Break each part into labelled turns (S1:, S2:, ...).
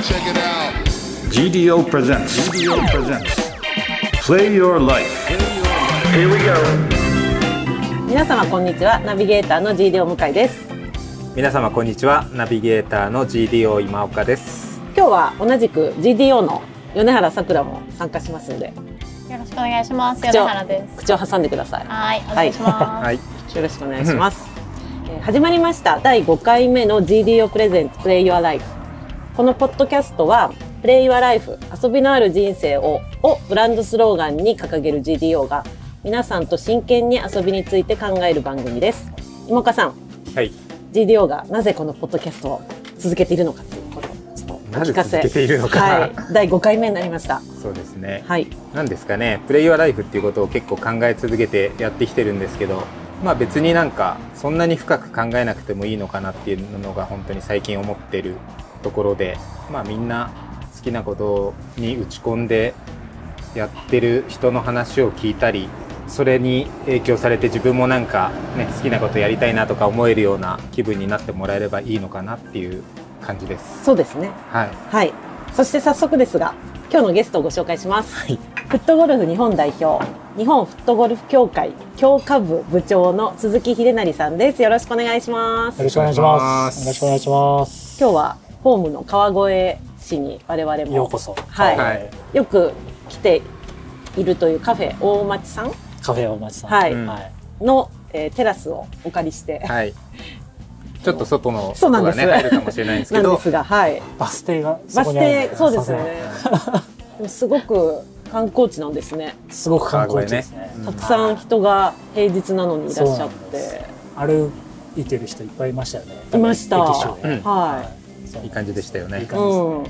S1: Check it out.
S2: GDO presents. GDO presents. Play your life. Here we go.
S3: 皆様こんにちはナビゲーターの GD お向井です
S4: 皆様こんにちはナビゲーターの GDO 今岡です
S3: 今日は同じく GDO の米原さくらも参加しますので
S5: よろしくお願いします。
S3: 口
S5: 米
S3: を
S5: 原です。
S3: 口を挟んでください
S5: はい、お願いします。
S4: はい
S3: よろしくお願いします。えー始まりました第5回目の GDO プレゼンツ Play Your Life。このポッドキャストは Play Your Life 遊びのある人生ををブランドスローガンに掲げる GDO が皆さんと真剣に遊びについて考える番組です。今岡さん、
S4: はい、
S3: GDO がなぜこのポッドキャストを続けているのかということをちょっとお聞かせ。
S4: なぜ続けているのか
S3: はい、第5回目になりました。
S4: そうですね
S3: はい。
S4: なんですかねプレイヤーライフっていうことを結構考え続けてやってきてるんですけどまあ別になんかそんなに深く考えなくてもいいのかなっていうのが本当に最近思ってるところでまあみんな好きなことに打ち込んでやってる人の話を聞いたりそれに影響されて自分もなんか、ね、好きなことやりたいなとか思えるような気分になってもらえればいいのかなっていう感じです。
S3: そうですね。
S4: はい、
S3: はい。そして早速ですが、今日のゲストをご紹介します。
S4: はい
S3: フットゴルフ日本代表、日本フットゴルフ協会強化部部長の鈴木秀成さんです。よろしくお願いします
S6: よ。ろしくお願いします。よろしくお願いします。
S3: 今日はホームの川越市に我々も
S6: ようこそ
S3: はい、
S4: はい
S3: よく来ているというカフェ大町さん
S6: カフェお待ちさん。
S3: はい
S6: うんはい。
S3: の、えーテラスをお借りして、
S4: はい。ちょっと外の
S3: そうなん
S4: 音
S3: で
S4: が
S3: す
S4: ね入るかもしれないんですけ
S3: なん
S4: ど
S3: です、が、はい、
S6: バス停がそ
S3: バ
S6: こ
S3: ス
S6: にあるん
S3: 停そうですよね
S6: さ。
S3: でもすごく観光地なんですね。
S6: すごく観光地ですね。
S3: たくさん人が平日なのにいらっしゃっ
S6: そうなん
S3: て
S6: で、歩いてる人いっぱいいましたよね。
S3: いました
S6: 駅周辺。
S4: うん
S3: はい
S6: そう
S4: いい感じでしたよ
S6: いい
S4: ね。
S6: 感じですね。
S3: う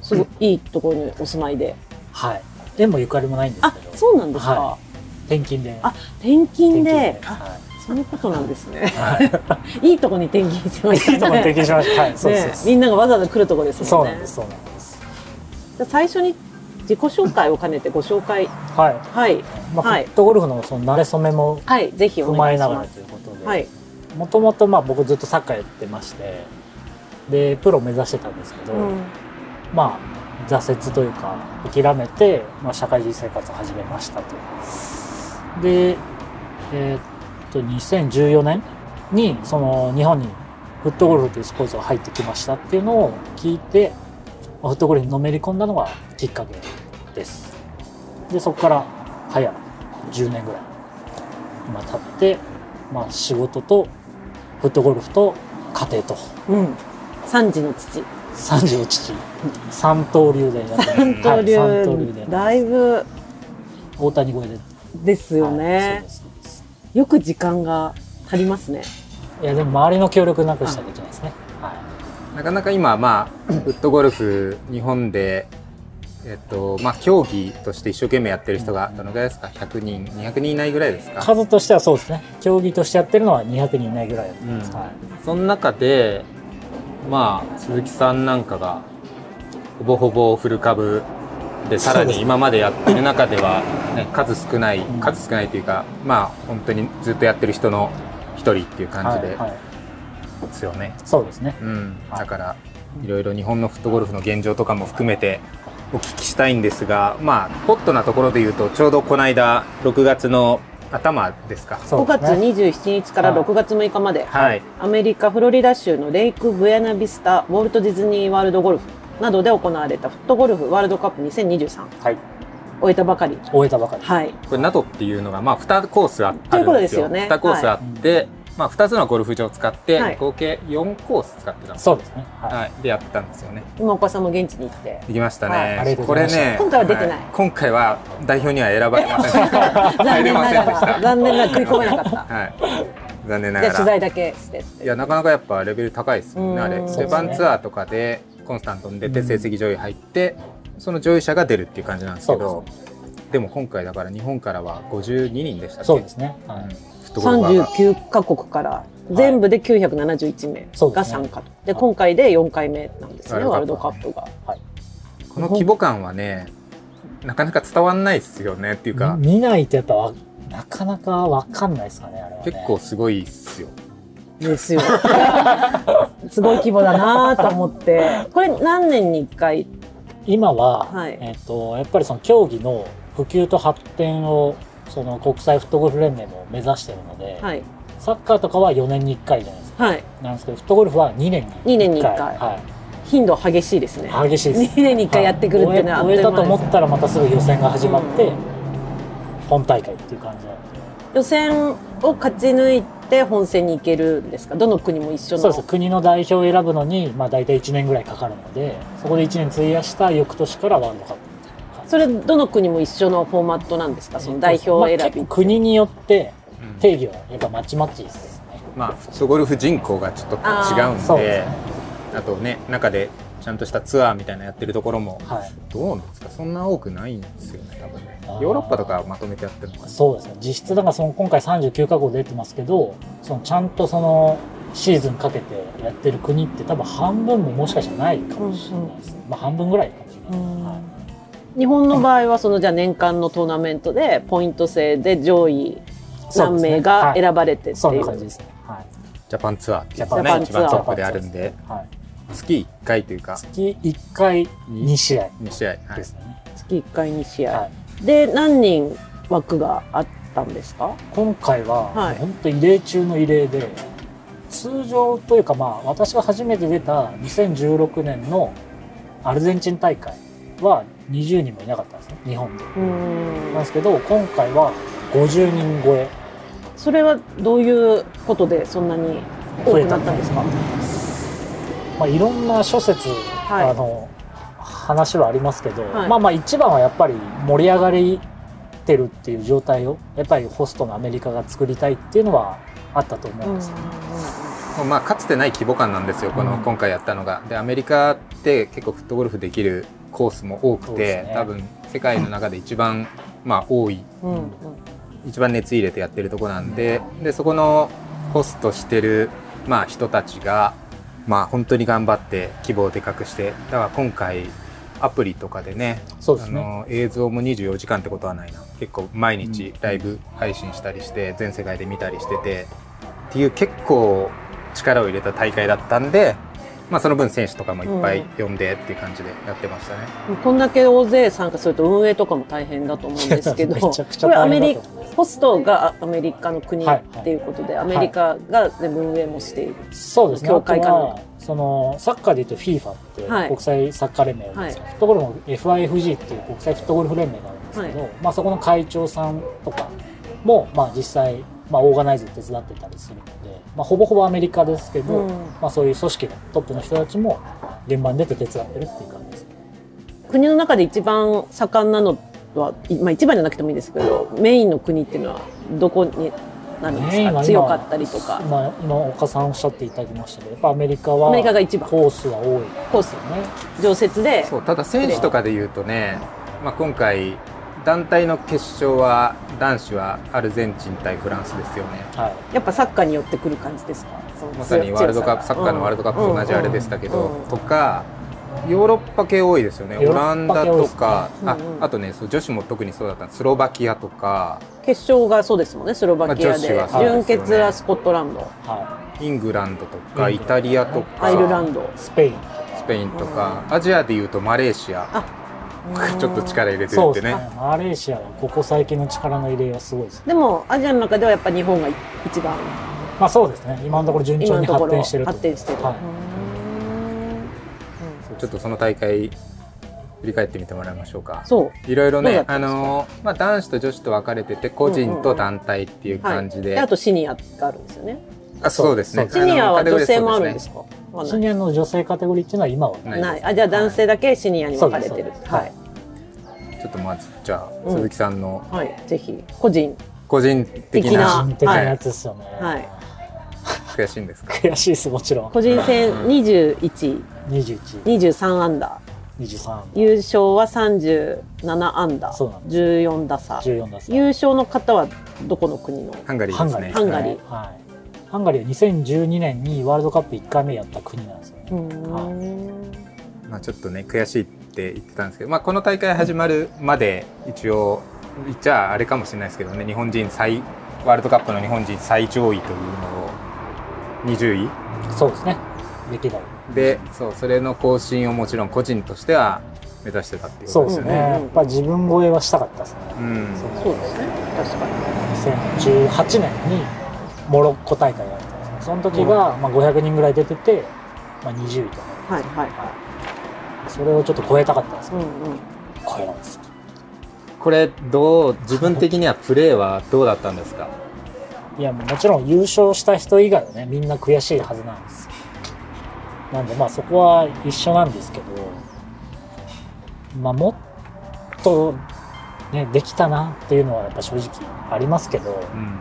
S3: ん、すごいいいところにお住まいで。
S6: はい。縁もゆかりもないんです
S3: あ
S6: けど。、
S3: そうなんですか。
S6: は転勤で。
S3: あ、転勤
S6: 転勤
S3: で
S6: で。
S3: あ、
S6: は
S3: そういうことなんですね。
S6: い。はい
S3: いとこに転勤しまし
S6: い。
S3: た
S6: いいとこに
S3: ね。
S6: 転勤しました。はい。そうです
S3: ね
S6: そうで、す。
S3: みんながわざわざ来るとこです
S6: そ
S3: も
S6: うんなん
S3: ね
S6: で。す。そうなんです。
S3: じゃあ最初に自己紹介を兼ねてご紹介、
S6: はい。
S3: はい、
S6: まあ、
S3: はい
S6: フットゴルフのその慣れ初めも
S3: はい、ぜひお
S6: 踏ま
S3: 願
S6: え
S3: いし
S6: ながら
S3: ま
S6: と
S3: す。
S6: いうことで。
S3: はい、
S6: もともとまあ僕ずっとサッカーやってましてでプロ目指してたんですけど、
S3: うん、
S6: まあ挫折というか諦めて、まあ、社会人生活を始めましたとでえーっと2014年にその日本にフットゴルフというスポーツが入ってきましたっていうのを聞いてまあフットゴルフにのめり込んだのがきっかけですでそこから早10年ぐらい今経って、まあ、仕事とフットゴルフと家庭と
S3: うん、三時の父、
S6: 三時の父三刀流でやってます
S3: 三刀流、
S6: はい、三刀流でやってま
S3: だい
S6: す
S3: ぶ
S6: 大谷超えで
S3: ですよ
S6: はいそう
S3: ね
S6: で。すそうです
S3: よく時間が足りますね。
S6: いやでも周りの協力なくしちゃできないですねは
S4: なかなか今まあフットゴルフ日本でえっとまあ競技として一生懸命やってる人がどのぐらいですか？100人、200人いないぐらいです
S6: い
S4: か？
S6: 数としてはそうですね競技としてやってるのは200人いないぐらいやってます、
S4: うん
S6: はい
S4: その中でまあ鈴木さんなんかがほぼほぼフル株でさら
S6: そうです
S4: に今までやってる中では、ね、数少ない
S6: ん
S4: 数少ないというかまあ本当にずっとやってる人の一人っていう感じで
S6: はいはい
S4: すよね。
S6: そうですね
S4: うん、
S6: はい
S4: だからいろいろ日本のフットゴルフの現状とかも含めてお聞きしたいんですが、まあ、ホットなところで言うとちょうどこの間6月の頭ですか。
S6: そ
S3: 5
S6: うです
S3: 月
S6: ね
S3: 27日から
S6: はい
S3: 6月6日まで、
S4: はい、
S3: アメリカ・フロリダ州のレイク・ブエナビスタ・ウォルト・ディズニー・ワールド・ゴルフなどで行われたフットゴルフワールドカップ2023
S6: はい
S3: 終えたばかり。
S6: 終えたばかり
S3: はい。
S4: これなどっていうのが、まあ、2コースああるんですよ
S3: ということですよね
S4: 2コースあって、まあ、2つのゴルフ場を使って、
S3: はい
S4: 合計4コース使ってたんです、
S6: そうですねはい、
S4: はい、でやったんですよね
S3: 今岡さんも現地に行って。
S4: できましたね、
S3: はい
S6: ありがと
S4: こ
S6: うござ
S4: れ
S6: いました
S4: ね
S3: 今回は出てない
S4: 今回は代表には選ばれませんでし た
S3: 残念なが
S4: 入れませんでし
S3: ら、
S4: た
S3: 残念ながら食い込めなかった。
S4: はい、残念な
S3: じゃあ
S4: がら
S3: 取材だけしてって
S4: いやなかなかやっぱレベル高いですもんねあれ
S3: うん
S4: ジ
S6: そう
S4: ャ
S6: です
S4: パ
S6: ね
S4: ンツアーとかでコンスタントに出て
S6: うん
S4: 成績上位入って、その上位者が出るっていう感じなんですけ
S6: そ
S4: ど
S6: う
S4: で,、も今回だから日本からは52人でしたっけ
S6: そうですね、は
S4: うん
S6: い、
S4: フットゴルファーが
S3: 39カ国から全部で971名が参加と、で
S6: はい
S3: 今回で4回目なんですねワ
S4: ワ
S3: ール
S4: ール
S3: ド
S4: ド
S3: カ
S4: カ
S3: ッ
S4: ッ
S3: プが
S4: この規模感はねなかなか伝わんないですよねっていうか、
S6: み見ないとやっぱわなかなかわかんないですかねあれはね
S4: 結構すごいっすよ
S3: ですよすごい規模だなと思って。これ何年に1回
S6: 今は、
S3: はい
S6: えっとやっぱりその競技の普及と発展をその国際フットゴルフ連盟も目指してるので、
S3: はい。
S6: サッカーとかは4年に1回じゃないですか
S3: はい。
S6: なんですけどフットゴルフは2年に1回
S3: 二年に一回
S6: は
S3: 頻度激しいですね。
S6: い、激しいです
S3: 2年に1回やってくるっていうのは
S6: はい終え終えたと思
S3: あっという間ですね
S6: ったらまたすぐ予選が始まって、本大会っていう感じなので
S3: 予選を勝ち抜いて本戦に行けるんですかどの国も一緒の
S6: そうです国の代表を選ぶのに、まあ、大体1年ぐらいかかるのでそこで1年費やした翌年からワールドカップみたいな感じ
S3: それどの国も一緒のフォーマットなんですかその代表
S6: まあ
S3: 選
S6: 結
S3: び
S6: 構国によって
S4: うん
S6: 定義はやっぱまちまちですね
S4: まあ、フットゴルフ人口がちょっと違うん
S6: あー
S4: で
S6: そうですね
S4: あとね中でちゃんとしたツアーみたいなのやってるところも、
S6: はい
S4: どうなんですかそんな多くないんですよね多分ね
S6: あー
S4: ヨーロッパとかはまとめてやってるのかな
S6: そうですね実質だからその今回39カ国出てますけどそのちゃんとそのシーズンかけてやってる国って多分半分ももしかしたらないかもしれないですね、まあ半分ぐらいかもしれない、はい
S3: 日本の場合はそのじゃあ年間のトーナメントでポイント制で上位何名が選ばれてって
S6: そん
S3: い
S6: な
S3: う
S6: 感じですねはい、
S4: ジャパンツアーっていう
S6: ジャパ
S4: の
S6: ン
S4: がね一
S3: ツアー
S4: 番トップであるんで
S6: はい、
S4: 月1回というか
S6: 月1回2試合
S4: 2試合、は
S6: で
S4: い
S6: すね、
S3: 月1回2試合、
S6: はい
S3: で何人枠があったんですか
S6: 今回は
S3: はい
S6: 本当異例中の異例で、通常というかまあ私が初めて出た2016年のアルゼンチン大会は20人もいなかったんですね日本で
S3: う
S6: な
S3: ん
S6: んですけど今回は50人超え
S3: それはどういうことでそんなに多くなったんですか
S6: まあ、いろんな諸説、
S3: い
S6: あの話はありますけど、
S3: はい
S6: まあまあ一番はやっぱり盛り上がりてるっていう状態をやっぱりホストのアメリカが作りたいっていうのはあったと思うんですよ、
S4: もうまあかつてない規模感なんですよこの、
S6: うん
S4: 今回やったのがでアメリカって結構フットゴルフできるコースも多く
S6: そう
S4: て、
S6: ですね
S4: 多分世界の中で一番まあ多い
S3: うんうんうん
S4: 一番熱入れてやってるとこなんででそこのホストしてる、まあ、人たちが、まあ、本当に頑張って規模をでかくしてだから今回アプリとかでね
S6: そうです
S4: あ
S6: ね
S4: の映像も24時間ってことはないな結構毎日ライブ配信したりして、全世界で見たりしててっていう結構力を入れた大会だったんで、まあ、その分選手とかもいっぱい呼んでっていう感じでやってましたね。
S3: こんだけ大勢参加すると運営とかも大変だと思うんですけど
S6: めちゃくちゃ
S3: これア
S6: 大
S3: メ
S6: 変
S3: リ
S6: だと思います
S3: ホストがアメリカの国
S6: はい
S3: っていうことで、アメリカが全部運営もしている、
S6: そうですね。
S3: 協会かなんか
S6: あとはそのサッカーで言うと FIFA って、
S3: はい
S6: 国際サッカー連盟なんですよ、フットゴルフも FIFG っていう国際フットゴルフ連盟があるんですけど、まあそこの会長さんとかもまあ実際まあオーガナイズ手伝ってたりするので、まあほぼほぼアメリカですけど、
S3: うん
S6: まあそういう組織のトップの人たちも現場に出て手伝ってるっていう感じです。
S3: 国の中で一番盛んなのは、いまあ、一番じゃなくてもいいですけどメインの国っていうのはどこになるんです
S6: メイン
S3: か
S6: は今
S3: 強かったりとか
S6: 今今岡さんおっしゃっていただきましたけど、やっぱアメリカは
S3: アメリカが一番
S6: コースは多い。
S3: コース
S6: ね、
S3: 常設で
S4: そうただ選手とかで言うとね、まあ、今回団体の決勝は男子はアルゼンチン対フランスですよね
S6: はい。
S3: やっぱサッカーによってくる感じですかその
S4: まさに
S3: 強
S4: ワールドカップサ
S3: 強さが
S4: ッカーのワールドカップと同じあれでしたけど、
S3: うんうん
S4: とかヨーロッパ系多いですよね
S6: ヨ
S4: オ
S6: ーロ
S4: ラン
S6: ッパ
S4: ダ
S6: 系多い
S4: と
S6: ですね
S4: か、
S3: うんうん
S4: ああとねそう女子も特にそうだったスロバキアとか
S3: 決勝がそうですもんねスロバキアで,、
S4: まあ女子はそう
S3: 準
S4: ですよね
S3: 決はスコットランド
S6: は
S4: イングランドとか
S6: イン
S4: イ
S6: グラ
S4: タリアとか
S3: アイルランド
S6: い。スペイン。
S4: スペインとか、アジアで言うとマレーシアちょっと力入れてる
S6: そう
S4: っ
S6: で
S4: て
S6: すね
S4: ね。
S6: マレーシアはここ最近の力の入れはすごいですね。
S3: でもアジアの中ではやっぱ日本が一番
S6: まあそうですね。今のところ順調
S3: 今の
S6: に
S3: とこ
S6: 発
S3: ろ
S6: 展してると思
S3: 発
S6: う
S3: 展してる、
S6: はい。
S4: ちょっとその大会振り返ってみてもらいましょうか
S3: そう
S4: いろいろ
S3: どうだ
S4: ね
S3: っ、た
S4: あ
S3: んですか
S4: のーまあ、男子と女子と分かれてて、個人と団体っていう
S3: はい
S4: 感じで。
S3: あとシニアがあるんですよね
S4: あそうですね。
S3: シニア
S4: あ
S3: は
S4: の
S3: 女性もあるんです。かわか
S6: シ
S3: んな
S6: ニアの女性カテゴリーっていうのは今はない
S4: ア
S3: いないあじゃあ男性だけシニアに分かれ
S6: そう
S3: て
S6: で
S3: る
S6: すそうです
S3: はい、
S4: カテゴリーですねちょっとまず、じゃあ、
S3: ん
S4: 鈴木さんの
S3: はい、ぜひ個人
S4: 個人的
S3: 的
S6: 個
S4: な
S3: な
S6: 人的なやつですよね。
S3: はい
S4: 悔しいんですか。
S6: 悔しいですもちろん。
S3: 個人戦21
S6: 21、
S3: 23アンダ
S6: 23、
S3: ー優勝は37アンダ
S6: そうな
S3: ー
S6: んで
S3: 14打差
S6: 14だそう
S3: 優勝の方はどこの国の
S4: ハンガリー
S6: ハン
S4: です
S6: ガ
S3: ハンガ
S4: ね。
S6: リー。
S3: リー
S4: はい
S6: はい。ハンガリーは2012年にワールドカップ1回目やった国なんですよね。
S3: うーん
S4: まあ、ちょっとね、悔しいって言ってたんですけど、まあ、この大会始まるまで、一応。言っちゃあ、れかもしれないですけどね、日本人最、ワールドカップの日本人最上位というのを。20位
S6: そうですね。歴代
S4: でそうそれの更新をもちろん個人としては目指してたっていう
S6: そ
S4: こ
S6: う
S4: と
S6: で
S4: です
S6: す
S4: よ
S6: ね、
S4: ね。
S6: やっぱ自分超えはしたかったですね、
S4: うん
S6: その
S3: そうですね。確かに。
S6: 2018年にモロッコ大会があったんですねその時が、まあ、500人ぐらい出てて、まあ、20位とか
S3: はいはいは
S6: それをちょっと超えたかったんです
S3: い。う
S6: けど、
S3: んうん。
S6: 超えないです
S4: これどう自分的にはプレーはどうだったんですか
S6: いやもちろん優勝した人以外はねみんな悔しいはずなんですよなんでまあそこは一緒なんですけどまあもっとねできたなっていうのはやっぱ正直ありますけど
S4: うん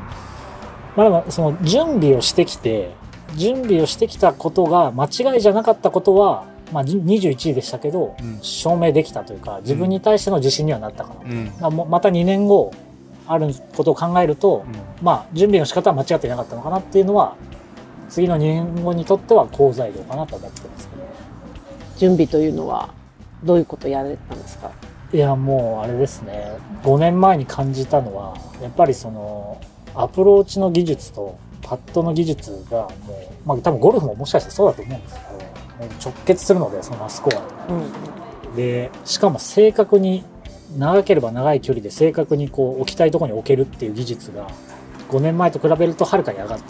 S6: まあでもその準備をしてきて準備をしてきたことが間違いじゃなかったことはまあじ21位でしたけど、
S4: うん
S6: 証明できたというか自分に対しての自信にはなったかな、
S4: うん
S6: まあもうまた2年後あることを考えると、
S4: うん
S6: まあ、準備の仕方は間違っていなかったのかなっていうのは、次の2年後にとっては好材料かなと思ってますけど。
S3: 準備というのはどういうことをやられてたんですか。
S6: いや、もうあれですね。5年前に感じたのは、やっぱりその、アプローチの技術とパットの技術がもう、まあ多分ゴルフももしかしたらそうだと思うんですけど、もう直結するので、そのスコアと。
S3: うん。
S6: で、しかも正確に、長ければ長い距離で正確にこう置きたいところに置けるっていう技術が、5年前と比べるとはるかに上がって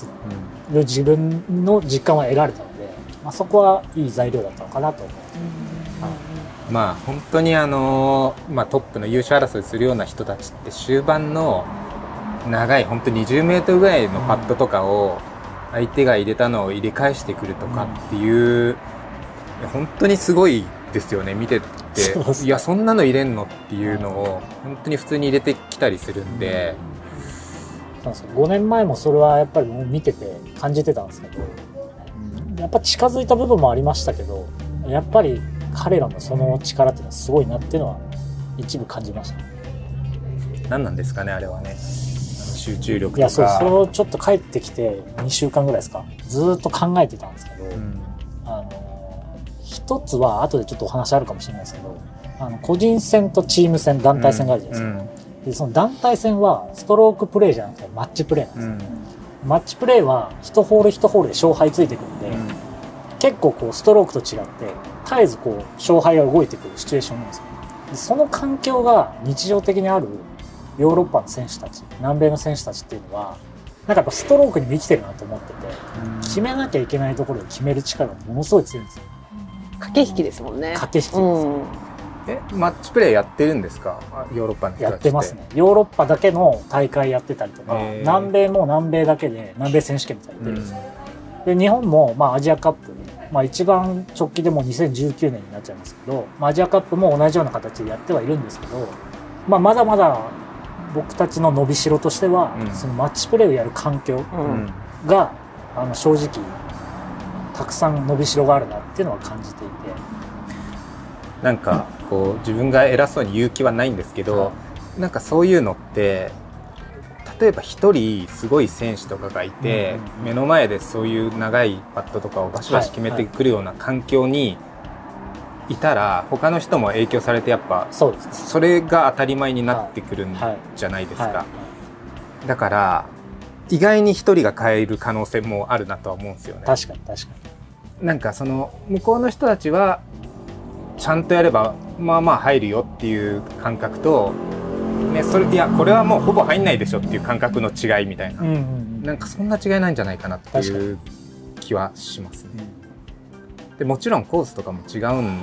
S6: る自分の実感は得られたので、まあ、そこはいい材料だったのかなと思う
S4: まあ本当にあのーまあ、トップの優勝争いするような人たちって終盤の長い本当20メートルぐらいのパットとかを相手が入れたのを入れ返してくるとかっていう、いや本当にすごいですよね見てて
S6: そうっすね
S4: いやそんなの入れんのっていうのを本当に普通に入れてきたりするんで、
S6: そうなんですよ5年前もそれはやっぱりもう見てて感じてたんですけど、やっぱ近づいた部分もありましたけどやっぱり彼らのその力っていうのはすごいなっていうのは一部感じましたね
S4: 何なんですかねあれはねあの集中力
S6: い
S4: と
S6: やそうそれ
S4: か。
S6: をちょっと帰ってきて2週間ぐらいですかずーっと考えてたんですけど、
S4: うん
S6: あの一つは後でちょっとお話あるかもしれないですけどあの個人戦とチーム戦団体戦があるじゃないですか、でその団体戦はストロークプレーじゃなくてマッチプレーなんで
S4: う
S6: すよ、
S4: ん
S6: マッチプレーは1ホール1ホールで勝敗ついてくるんで、
S4: うん
S6: 結構こうストロークと違って絶えずこう勝敗が動いてくるシチュエーションなんですよでその環境が日常的にあるヨーロッパの選手たち南米の選手たちっていうのはなんかやっぱストロークにも生きてるなと思ってて決めなきゃいけないところで決める力がものすごい強いんですよ
S3: 駆け引きですもんね。
S6: 駆け引きです、
S3: うん。
S4: えマッチプレーやってるんですかあヨーロッパの人た
S6: や
S4: ち
S6: ってますねヨーロッパだけの大会やってたりとか
S4: へー
S6: 南米も南米だけで南米選手権みたいなの
S4: う
S6: や
S4: ん
S6: ってるんですよで日本も、まあ、アジアカップ、まあ、一番直近でもう2019年になっちゃうんですけど、まあ、アジアカップも同じような形でやってはいるんですけど、まあ、まだまだ僕たちの伸びしろとしては、
S4: うん
S6: そのマッチプレーをやる環境
S3: う。
S4: うんん
S6: があの正直たくさん伸びしろがあるなっていうのは感じていて
S4: なんかこう自分が偉そうに言う気はないんですけど、
S6: は
S4: なんかそういうのって例えば一人すごい選手とかがいて、
S6: うんうん
S4: 目の前でそういう長いパットとかをバシバシ決めてくるような環境にいたら、他の人も影響されてやっぱ
S6: そうですね
S4: それが当たり前になってくるん
S6: はい
S4: じゃないですか、
S6: はい
S4: だから意外に一人が変える可能性もあるなとは思うんですよね。
S6: 確かに確かに
S4: なんかその向こうの人たちはちゃんとやればまあまあ入るよっていう感覚と、ね、それいやこれはもうほぼ入んないでしょっていう感覚の違いみたいな、
S6: うんうん
S4: なんかそんな違いなんじゃないかなっていう気はしますね。でもちろんコースとかも違うん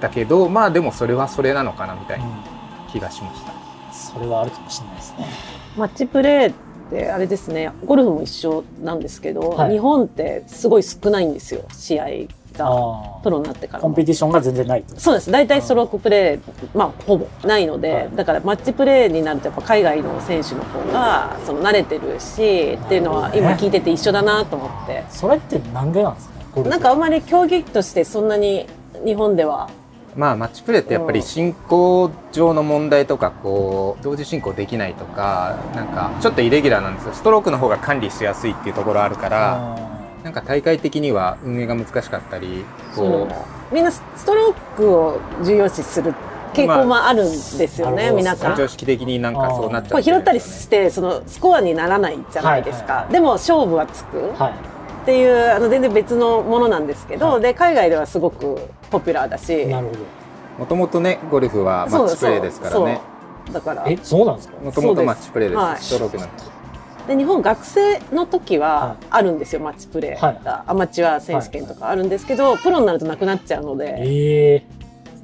S4: だけどまあでもそれはそれなのかなみたい
S6: うんう
S4: なん気がしました。
S6: それはあるかもしれないですね
S3: マッチプレーってあれですね。ゴルフも一緒なんですけど、
S6: はい
S3: 日本ってすごい少ないんですよ。試合が
S6: あ
S3: プ
S6: ー
S3: ロになってから
S6: コ
S3: も
S6: ン。ペティションが全然ないってこと
S3: そうです大体ストロークプレー、まあ、ほぼないので、
S6: はい
S3: だからマッチプレーになるとやっぱ海外の選手の方がその慣れてるしっていうのは今聞いてて一緒だなと思って
S6: それってなんでなんですかねゴルフ
S3: なんかあんまり競技としてそんなに日本では
S4: まあ、マッチプレーってやっぱり進行上の問題とかこう同時進行できないとかなんかちょっとイレギュラーなんですよストロークの方が管理しやすいっていうところあるから
S6: あ
S4: なんか大会的には運営が難しかったりこ
S3: みんなストロークを重要視する傾向もあるんですよね、
S6: まあ
S3: 皆
S4: う
S3: さん。
S4: 常識的になんかそうなっち
S3: こ
S4: ゃ
S3: れ
S4: っ
S3: 拾
S4: てる
S3: っ
S4: んですよね
S3: たりしてそのスコアにならないじゃないですか、
S6: はいはい
S3: でも勝負はつく、
S6: ーはい
S3: っていうあの全然別のものなんですけど、
S6: は
S3: で海外ではすごくポピュラーだし
S6: なるほど。
S4: もともとねゴルフはマ
S3: そう
S4: ッチプレーですからね
S3: そうだから
S6: え、そうなんですか
S4: もともとマッチプレーです、
S3: はい
S4: ストロークなんて
S3: で日本学生の時
S6: は
S3: はいあるんですよ、マッチプレーが、アマチュア選手権とかあるんですけど、プロになるとなくなっちゃうので
S6: ええ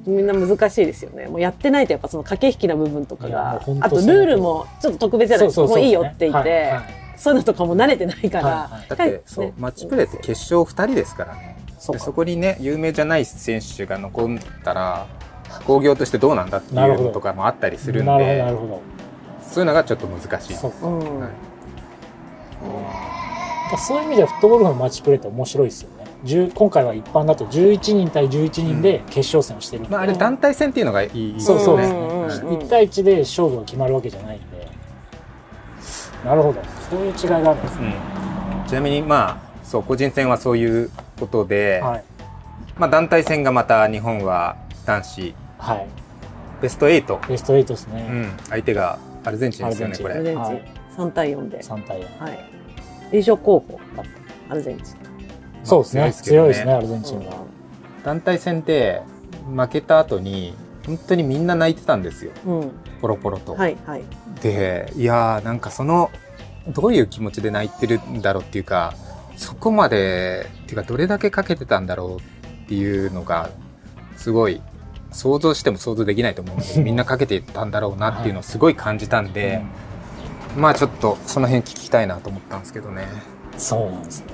S3: みんな難しいですよねもうやってないとやっぱその駆け引きな部分とか
S6: いやもう
S3: が
S6: ほんと
S3: あとル
S6: そうだと
S3: ールもちょっと特別じゃないですかもういいよって言って、
S6: はいはい
S3: そういうのとかも慣れてないから、
S6: はいはい
S4: だって、そう、
S3: ね
S4: マッチプレーって決勝2人ですからねで
S6: そ
S4: そう
S6: か
S4: こにね有名じゃない選手が残ったら興行としてどうなんだってい
S6: なる
S4: う
S6: ほど
S4: のとかもあったりするん
S6: なるほどなる
S4: で
S6: ほ
S4: そういうのがちょっと難しい
S6: ど。そうか。
S3: うん
S4: はい
S6: だからそういう意味ではフットボールのマッチプレーって面白いですよね。10今回は一般だと11人対11人で決勝戦をしてるんで、
S4: まあ、あれ団体戦っていうのがいい
S6: そうそうですね、
S3: うんうんうん
S6: 1対1で勝負が決まるわけじゃないんでなるほどそういう違いがあるんですね、
S4: うんちなみにまあそう個人戦はそういうことで、
S6: はい
S4: まあ、団体戦がまた日本は男子
S6: はい
S4: ベスト8、
S6: ベスト8です
S4: う
S6: ね、
S4: ん、相手がアルゼンチンですよね
S6: アルゼンチン
S4: こ
S3: アル
S4: れ
S3: ゼンチン、
S6: はい
S3: 3対4で、
S6: 3対4
S3: はい、優勝候補だったアルゼンチン
S6: そうですね
S4: 強いですけどね
S6: 強いですねアルゼンチンは、
S4: 団体戦って負けた後に本当にみんな泣いてたんですよ
S3: うん、
S4: ポロポロと、
S3: はいはい
S4: でいやーなんかそのどういう気持ちで泣いてるんだろうっていうかそこまでっていうかどれだけかけてたんだろうっていうのがすごい想像しても想像できないと思うんですけ どみんなかけてたんだろうなっていうのをすごい感じたんで、まあちょっとその辺聞きたいなと思ったんですけどね。
S6: そうなんですね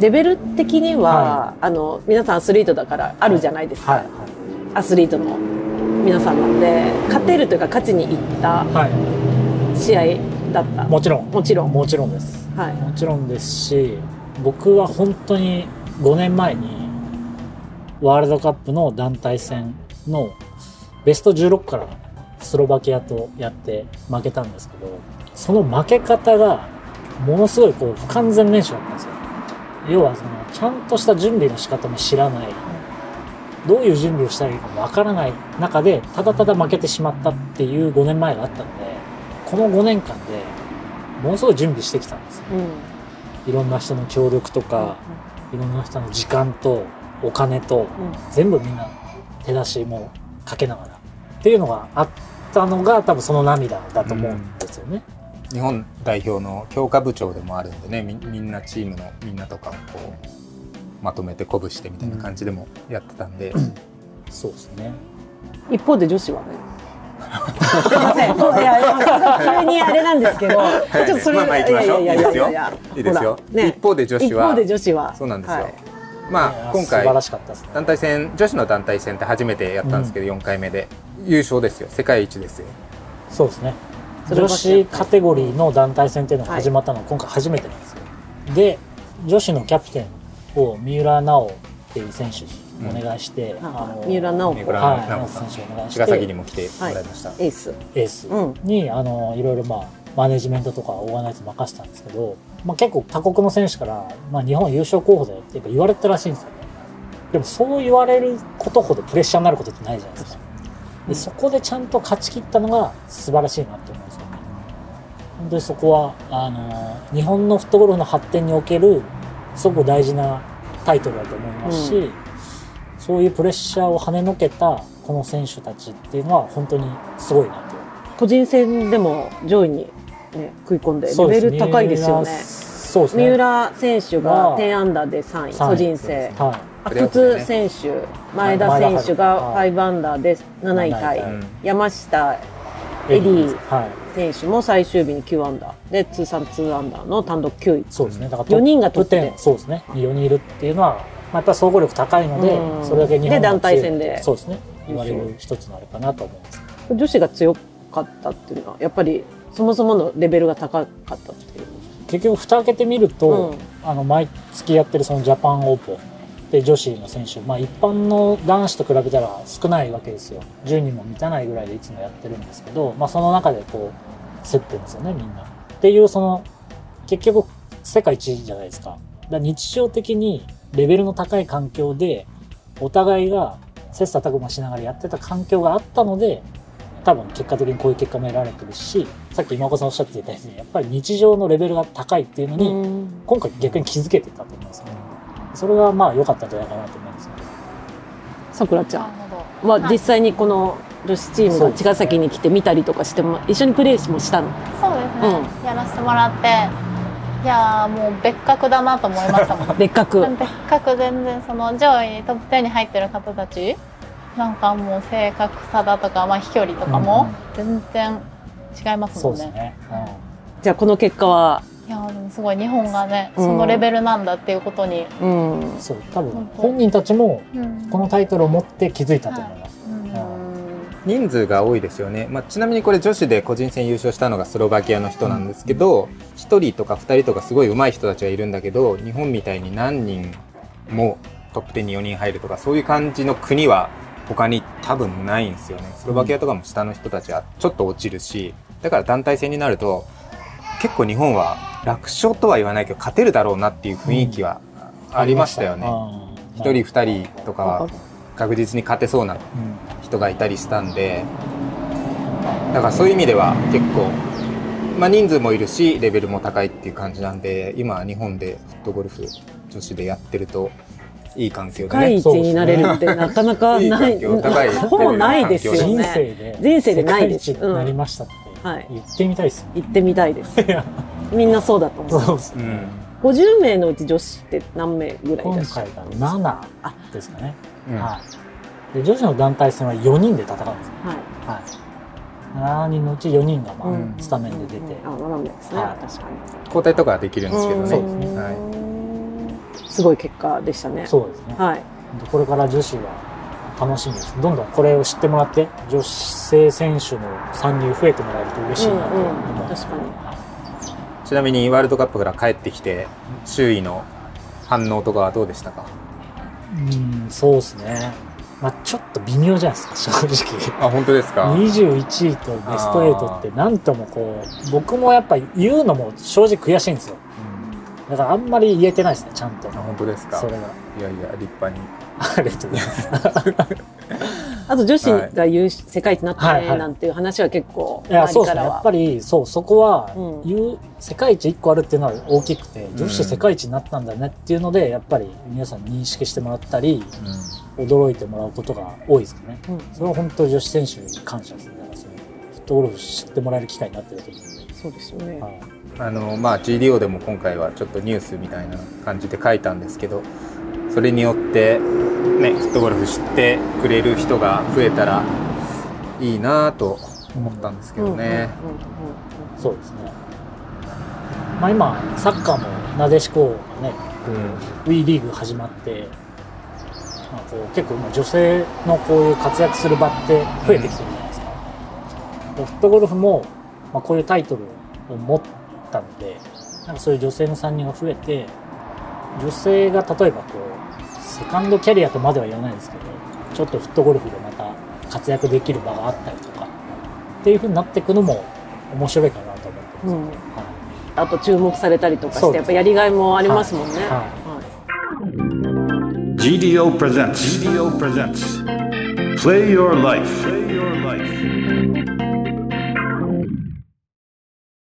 S3: レベル的には、
S6: は
S3: あの皆さんアスリートだからあるじゃないですか、
S6: はい
S3: アスリートの皆さんなんで勝てるというか勝ちに行った
S6: はい、は
S3: 試合だった
S6: い、もちろん
S3: もちろん
S6: もちろんです
S3: はい
S6: もちろんですし僕は本当に5年前にワールドカップの団体戦のベスト16からスロバキアとやって負けたんですけどその負け方がものすごいこう不完全燃焼だったんですよ要はそのちゃんとした準備の仕方も知らないどういう準備をしたらいいかもわからない中でただただ負けてしまったっていう5年前があったのでこの5年間でものすごい準備してきたんですよ
S3: うん
S6: いろんな人の協力とか、いろんな人の時間とお金と、
S3: うん
S6: 全部みんな手出しもかけながらっていうのがあったのが多分その涙だと思うんですよね。
S4: 日本代表の強化部長でもあるんでねみみんなチームのみんなとかをこうまとめて鼓舞してみたいな感じでもやってたん で、
S6: そうですね。
S3: 一方で女子はねすいませんそういやいやすごい急にあれなんですけど、
S4: い
S3: ちょっとそれ、
S4: まあまあ行きましょういいですよ
S3: ほらね
S4: 一方で女子は
S3: 一方で女子は
S4: そうなんですよ、
S3: はい
S6: い
S4: ま
S6: や
S4: あ今
S6: 素晴ら
S4: 回
S6: しかったですね。
S4: 団体戦女子の団体戦って初めてやったんですけど、4回目で優勝ですよ世界一ですよ
S6: そうですね。
S3: それは
S6: 女子カテゴリーの団体戦っていうのが
S3: はい
S6: 始まったのは今回初めてなんですよ。で、女子のキャプテンを三浦奈緒っていう選手にお願いして、
S3: あ
S6: あの
S3: 三浦
S6: はい
S3: 奈穂
S4: 三
S3: 子
S4: 浦奈
S6: 奈
S4: 穂さ
S6: 緒
S4: ん
S6: 選手をお願いし
S4: 茅
S6: て
S4: ヶ崎にも来てもらいました、
S3: エース
S6: エース
S3: うん
S6: に、あのいろいろまあマネジメントとかオーガナイズ任せたんですけど、まあ、結構他国の選手から、まあ、日本優勝候補だよってやっぱ言われてたらしいんですよねでもそう言われることほどプレッシャーになることってないじゃないですかでそこでちゃんと勝ち切ったのが素晴らしいなって思うんですよね本当にそこはあの日本のフットゴルフの発展におけるすごく大事なタイトルだと思いますし、
S3: う
S6: そういうプレッシャーを跳ねのけたこの選手たちっていうのは本当にすごいなと
S3: 個人戦でも上位に、ね、食い込んでレベル高いですよね
S6: そうですね。
S3: 三浦選手
S6: ま
S3: が
S6: あ
S3: 10アンダーで3位
S6: 三位
S3: 個人戦
S6: は
S3: 阿久津選手前田選手が
S6: はい
S3: 5アンダーで7位タイ、
S6: はい
S4: うん
S3: 山下
S6: い。
S3: エディ
S6: はい。
S3: 選手も最終日に9アンダーで通算2アンダーの単独9位
S6: そうですね。だから
S3: 四人がトップで
S6: 10そうですね。4人いるっていうのは、まあ、やっぱり総合力高いの
S3: うん
S6: で、それだけ日本
S3: で団体
S6: 強い
S3: 戦で
S6: そうですね。言われる一つのあれかなと思うんですけど。
S3: 女子が強かったっていうのはやっぱりそもそものレベルが高かったっていう
S6: 結局蓋開けてみると、あの毎月やってるそのジャパンオープンで女子の選手、まあ、一般の男子と比べたら少ないわけですよ10人も満たないぐらいでいつもやってるんですけど、まあ、その中でこう競ってるんですよねみんな。っていうその結局世界一じゃないですかだから日常的にレベルの高い環境でお互いが切磋琢磨しながらやってた環境があったので多分結果的にこういう結果も得られてるしさっき今岡さんおっしゃってたようにやっぱり日常のレベルが高いっていうのに、
S3: うん
S6: 今回逆に気づけてたと思うんですよねそれがまあ良かったんじゃないかなと思うんですよね
S3: さくらちゃ
S5: なんるほ
S3: は
S5: はい
S3: 実際にこの女子チームが茅ヶ崎に来て見たりとかしても一緒にプレーもしたの
S5: どそうですね、やらせてもらっていやーもう別格だなと思いましたもん
S3: 別格
S5: 別格全然その上位トップ10に入ってる方たちなんかもう正確さだとか、まあ、飛距離とかも全然違います
S6: そ
S5: も
S6: うんです
S5: ね。
S6: ね、うん
S3: じゃあこの結果はい
S5: やーでもすごい日本がね
S3: うん
S5: そのレベルなんだっていうことに、
S3: うん
S6: そう多分本人たちも
S5: うん
S6: このタイトルを持って気づいたと思います、
S5: うん
S4: 人数が多いですよね、まあ、ちなみにこれ女子で個人戦優勝したのがスロバキアの人なんですけど1人とか2人とかすごい上手い人たちがいるんだけど日本みたいに何人もトップ10に4人入るとかそういう感じの国は他に多分ないんですよねスロバキアとかも下の人たちはちょっと落ちるしだから団体戦になると結構日本は楽勝とは言わないけど勝てるだろうなっていう雰囲気はありましたよね。
S6: うん
S4: 1人2人とかは確実に勝てそうな
S6: うん
S4: 人がいたりしたんでだからそういう意味では結構、まあ、人数もいるしレベルも高いっていう感じなんで今日本でフットゴルフ女子でやってるといい環
S3: 世
S4: 境で
S3: 界
S4: ね
S3: 一になれるってなかなかない
S4: いい環境高い
S3: ほぼないですよ
S6: 人
S3: ね
S6: 生で
S3: 人生でないです
S6: 世界一になりましたって
S3: はい
S6: 言ってみたいですよ、
S3: 行ってみたいです
S6: いや
S3: みんなそうだと思う
S6: そうです
S4: う
S6: ね、
S4: ん
S3: 50名のうち女子って何名ぐらいい
S6: 今
S3: らっしゃ
S6: 回
S3: る
S6: が7ですかね、
S4: うん
S6: はい、で女子の団体戦は4人で戦うんですよ、
S3: はい
S6: はい、7人のうち4人が、まあ
S4: うん
S6: スタメンで出て、
S3: あ7名ですね、
S6: はい
S3: 確かに
S4: 交代とかはできるんですけど
S6: そうで
S4: ね
S6: すね
S4: はい
S3: い、すごい結果でしたね
S6: そうですね、
S3: はい
S6: でこれから女子は楽しみですどんどんこれを知ってもらって女子性選手の参入増えてもらえると嬉しいなと思い
S3: うんうん
S6: ます、
S3: 確かに
S4: ちなみにワールドカップから帰ってきて周囲の反応とかはどうでしたか
S6: うんそうですね、まあ、ちょっと微妙じゃないですか正直
S4: あ本当ですか
S6: 21位とベスト8ってなんともこう僕もやっぱ言うのも正直悔しいんですよ
S4: うん
S6: だからあんまり言えてないですねちゃんと
S4: あ本当ですか
S6: それが
S4: いやいや立派に
S6: ありがとうござい ます
S3: あと女子が優勝世界一になった
S6: はいは
S3: ね
S6: い
S3: なんていう話は結構
S6: いやそうですね
S3: ら
S6: やっぱりそうそこは、
S3: うん
S6: 言う世界一1個あるっていうのは大きくて女子世界一になったんだねっていうので、やっぱり皆さん認識してもらったり驚いてもらうことが多いですかね
S3: うん
S6: それは本当女子選手に感謝ですねだからそのフットゴルフ知ってもらえる機会になってると思うんで、
S3: そうですよね、
S6: はい
S4: あのまあ、GDO でも今回はちょっとニュースみたいな感じで書いたんですけどそれによって、ね、フットゴルフ知ってくれる人が増えたらいいなぁと思ったんですけどね、
S3: うんうんうんうん
S6: そうですね。まあ今、サッカーもなでしこがね、
S4: うん
S6: WE リーグ始まって、まあ、こう結構今女性のこういう活躍する場って増えてきてるじゃないですか。でフットゴルフも、まあ、こういうタイトルを持ったので、なんかそういう女性の参入が増えて、女性が例えばこう、セカンドキャリアとまでは言わないですけど、ちょっとフットゴルフでまた活躍できる場があったりとか、っていう風になっていくのも面白いかなと思ってま
S3: う
S6: す。
S3: ん
S6: はい
S3: あと注目されたりとかし
S6: そう
S3: て
S6: です
S3: やっぱやりがいもありますもんね、
S6: はい
S3: はい
S2: GDO presents. GDO presents. Play your life. Play your